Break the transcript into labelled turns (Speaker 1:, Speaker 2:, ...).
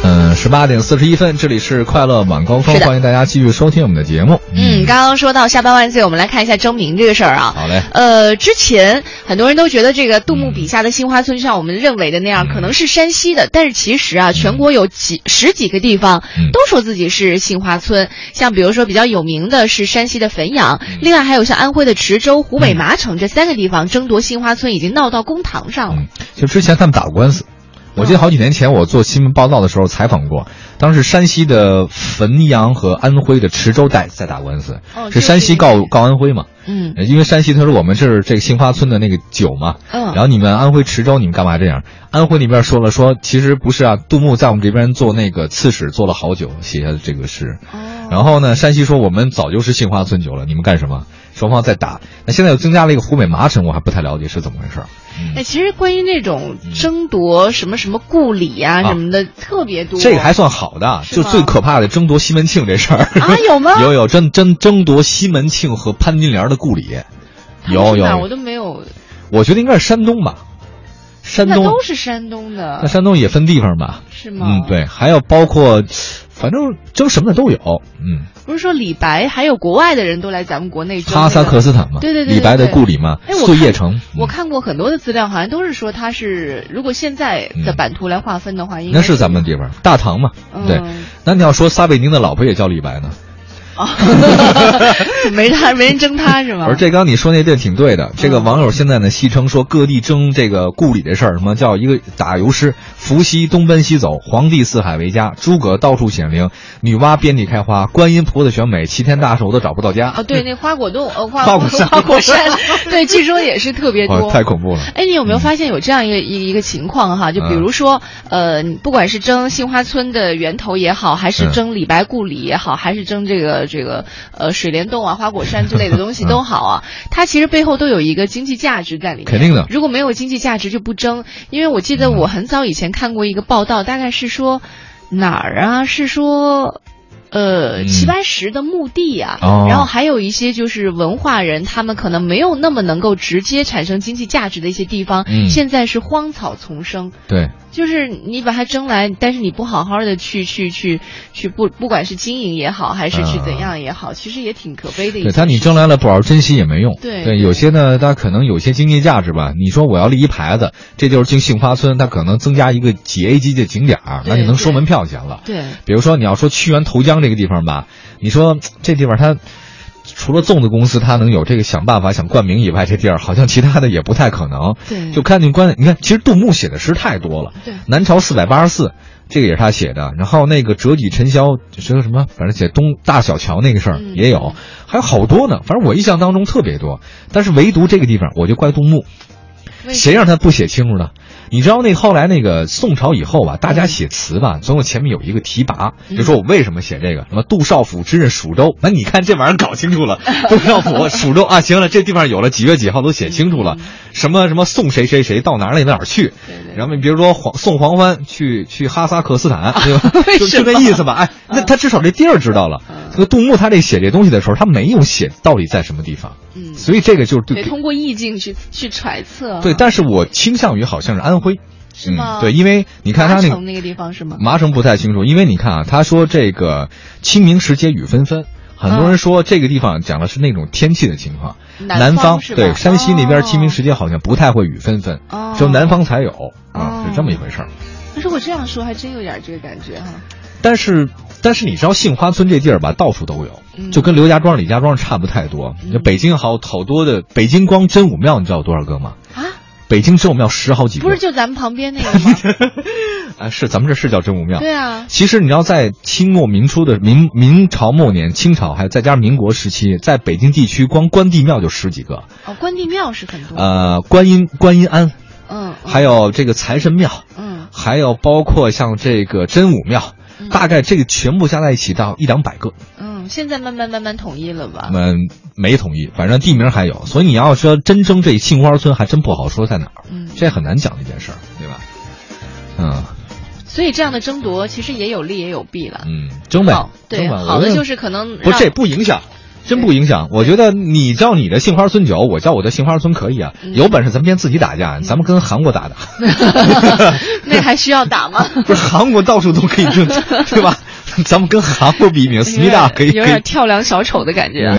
Speaker 1: 嗯十八点四十一分，这里是快乐晚高峰
Speaker 2: 是，的
Speaker 1: 欢迎大家继续收听我们的节目。
Speaker 2: 嗯，刚刚说到下班万岁，我们来看一下征名这个事儿啊。
Speaker 1: 好嘞。
Speaker 2: 呃，之前很多人都觉得这个杜牧笔下的杏花村，像我们认为的那
Speaker 1: 嗯
Speaker 2: 样，可能是山西的，但是其实啊，全国有几十几个地方
Speaker 1: 嗯
Speaker 2: 都说自己是杏花村。像比如说比较有名的是山西的汾阳，
Speaker 1: 嗯
Speaker 2: 另外还有像安徽的池州、湖北麻城这三个地方争夺杏花村，已经闹到公堂上了。
Speaker 1: 嗯，就之前他们打过官司，我记得好几年前我做新闻报道的时候采访过，当时山西的汾阳和安徽的池州在在打官司，
Speaker 2: 哦
Speaker 1: 是山西告告安徽嘛？
Speaker 2: 嗯
Speaker 1: 因为山西他说我们是这个杏花村的那个酒嘛，
Speaker 2: 嗯
Speaker 1: 然后你们安徽池州你们干嘛这样？安徽那边说了说其实不是啊，杜牧在我们这边做那个刺史做了好久，写下的这个诗。
Speaker 2: 哦
Speaker 1: 然后呢，山西说我们早就是杏花村酒了，你们干什么？双方在打。那现在又增加了一个湖北麻城，我还不太了解是怎么回事儿。
Speaker 2: 哎，其实关于那种争夺什么什么故里呀、
Speaker 1: 嗯啊
Speaker 2: 什么的，特别多。
Speaker 1: 这个还算好的，
Speaker 2: 是
Speaker 1: 就
Speaker 2: 吗
Speaker 1: 最可怕的争夺西门庆这事儿
Speaker 2: 啊有吗
Speaker 1: 有有争争争夺西门庆和潘金莲的故里，有
Speaker 2: 他们是哪儿我
Speaker 1: 有，
Speaker 2: 都没有，
Speaker 1: 我觉得应该是山东吧，山
Speaker 2: 那
Speaker 1: 东
Speaker 2: 都是山东的
Speaker 1: 那，山东也分地方吧，
Speaker 2: 是吗？
Speaker 1: 嗯，。对，还有包括，反正争什么的都有，嗯，
Speaker 2: 不是说李白还有国外的人都来咱们国内争
Speaker 1: 哈萨克
Speaker 2: 斯
Speaker 1: 斯坦嘛，
Speaker 2: 对对对对
Speaker 1: 李白的故里嘛，
Speaker 2: 哎我
Speaker 1: 碎叶
Speaker 2: 看
Speaker 1: 城，
Speaker 2: 我
Speaker 1: 嗯
Speaker 2: 看过很多的资料，好像都是说它是，如果现在的版图来划分的话，应该
Speaker 1: 那是咱 们地方，大唐嘛，对
Speaker 2: 嗯。
Speaker 1: 那你要说撒贝宁的老婆也叫李白呢，
Speaker 2: 啊，没他没人争他 是吗？
Speaker 1: 而这刚你说那地儿挺对的，这个
Speaker 2: 嗯
Speaker 1: 网友现在呢戏称说各地争这个故里这事儿，什么叫一个打油诗，伏羲东奔西走，皇帝四海为家，诸葛到处显灵，女娲遍地开花，观音菩萨选美，齐天大圣我都找不到家。
Speaker 2: 哦，对，那花果洞，呃，花
Speaker 1: 花果山
Speaker 2: 花果山，对，据说也是特别
Speaker 1: 哇
Speaker 2: 多，
Speaker 1: 太恐怖了。
Speaker 2: 哎，你有没有发现有这样一个一一个情况哈？就比如说，呃，你不管是争杏花村的源头也好，还是
Speaker 1: 嗯
Speaker 2: 争李白故里也好，还是争这个这个呃水帘洞啊、花果山之类的东西都好啊，它其实背后都有一个经济价值在里面。
Speaker 1: 肯定的
Speaker 2: 如果没有经济价值就不争，因为我记得我很早以前看过一个报道，大概是说哪儿啊？是说。呃，
Speaker 1: 嗯
Speaker 2: 齐白石的墓地啊，
Speaker 1: 哦
Speaker 2: 然后还有一些就是文化人，他们可能没有那么能够直接产生经济价值的一些地方，
Speaker 1: 嗯
Speaker 2: 现在是荒草丛生，
Speaker 1: 对，
Speaker 2: 就是你把它争来，但是你不好好的去去去去不不管是经营也好，还是去
Speaker 1: 啊
Speaker 2: 怎样也好，其实也挺可悲的
Speaker 1: 对
Speaker 2: 一件事。
Speaker 1: 他你争来了不好好珍惜也没用。
Speaker 2: 对
Speaker 1: 有些呢，他可能有些经济价值吧。你说我要立一牌子，这就是进杏花村，它可能增加一个几 A 级的景点儿，那
Speaker 2: 对
Speaker 1: 就能
Speaker 2: 对
Speaker 1: 收门票钱了。
Speaker 2: 对，
Speaker 1: 比如说你要说屈原投江这个地方吧，你说嘖这地方它。除了粽子公司，它能有这个想办法想冠名以外，这地儿好像其他的也不太可能。
Speaker 2: 对
Speaker 1: 就看你关，你看，其实杜牧写的诗太多了。
Speaker 2: 对
Speaker 1: 南朝四百八十四，这个也是他写的。然后那个折戟沉箫，什么什么，反正写东大小桥那个事儿
Speaker 2: 嗯
Speaker 1: 也有，还有好多呢。反正我印象当中特别多，但是唯独这个地方，我就怪杜牧，
Speaker 2: 为
Speaker 1: 谁让他不写清楚呢？你知道那后来那个宋朝以后吧，啊大家写词
Speaker 2: 嗯
Speaker 1: 吧，总有前面有一个提拔，就说我为什么写这个？什么杜少府之任蜀州？那你看这玩意儿搞清楚了， 杜少府、蜀州啊，行了，这地方有了，几月几号都写清楚了。
Speaker 2: 嗯
Speaker 1: 什么什么宋谁谁谁到哪儿里哪儿去？
Speaker 2: 对对
Speaker 1: 然后你比如说黄宋黄欢去去哈萨克斯 坦，对吧？
Speaker 2: 为
Speaker 1: 就
Speaker 2: 什
Speaker 1: 就
Speaker 2: 么嗯
Speaker 1: 那意思吧。哎，那他至少这地儿知道了。这个杜牧他这写这东西的时候，他没有写到底在什么地方，
Speaker 2: 嗯，
Speaker 1: 所以这个就是
Speaker 2: 得
Speaker 1: 对
Speaker 2: 通过意境去去揣测啊。
Speaker 1: 对，但是我倾向于好像是安徽，
Speaker 2: 是
Speaker 1: 嗯？
Speaker 2: 吗
Speaker 1: 对，因为你看他
Speaker 2: 麻
Speaker 1: 那
Speaker 2: 城
Speaker 1: 个
Speaker 2: 那个地方是吗？
Speaker 1: 麻城不太清楚，因为你看啊，他说这个清明时节雨纷纷。很多人说这个地方讲的是那种天气的情况，
Speaker 2: 南
Speaker 1: 南
Speaker 2: 方
Speaker 1: 方
Speaker 2: 是吧
Speaker 1: 对山西那边
Speaker 2: 哦
Speaker 1: 清明时节好像不太会雨纷纷，
Speaker 2: 哦
Speaker 1: 只有南方才有啊
Speaker 2: 哦，
Speaker 1: 是这么一回事儿。
Speaker 2: 如果这样说，还真有点这个感觉哈。
Speaker 1: 嗯但是但是你知道杏花村这地儿吧，到处都有，
Speaker 2: 嗯
Speaker 1: 就跟刘家庄、李家庄差不太多。就北京好好多的北京光真武庙，你知道有多少个吗？
Speaker 2: 啊，
Speaker 1: 北京真武庙十好几个，
Speaker 2: 不是就咱们旁边那个吗？
Speaker 1: 啊，是咱们这是叫真武庙。
Speaker 2: 对啊
Speaker 1: 其实你要在清末明初的明明朝末年、清朝，还有再加上民国时期，在北京地区，光关帝庙就十几个，
Speaker 2: 哦，关帝庙是很多。
Speaker 1: 呃，观音观音庵，
Speaker 2: 嗯，嗯
Speaker 1: 还有这个财神庙，
Speaker 2: 嗯，
Speaker 1: 还有包括像这个真武庙，大概这个全部加在一起到一两百个。
Speaker 2: 嗯，现在慢慢慢慢统一了吧
Speaker 1: 我？们没统一，反正地名还有，所以你要说真争这杏花村，还真不好说在哪儿，
Speaker 2: 嗯
Speaker 1: 这很难讲的一件事儿，对吧？嗯
Speaker 2: 所以这样的争夺其实也有利也有弊了。
Speaker 1: 嗯，争呗
Speaker 2: 哦好，，对，
Speaker 1: 争吧，
Speaker 2: 好
Speaker 1: 我觉
Speaker 2: 的
Speaker 1: 得
Speaker 2: 就是可能
Speaker 1: 不，
Speaker 2: 让
Speaker 1: 这不影响。真不影响。我觉得你叫你的杏花村酒，我叫我的杏花村可以啊。
Speaker 2: 嗯
Speaker 1: 有本事咱们先自己打架，咱们跟韩国 打打，
Speaker 2: 那还需要打吗？
Speaker 1: 不是韩国到处都 可以挣，对吧？咱们跟韩国比比，思密达可以
Speaker 2: 有
Speaker 1: 可以
Speaker 2: 点跳梁小丑的感觉、啊
Speaker 1: 嗯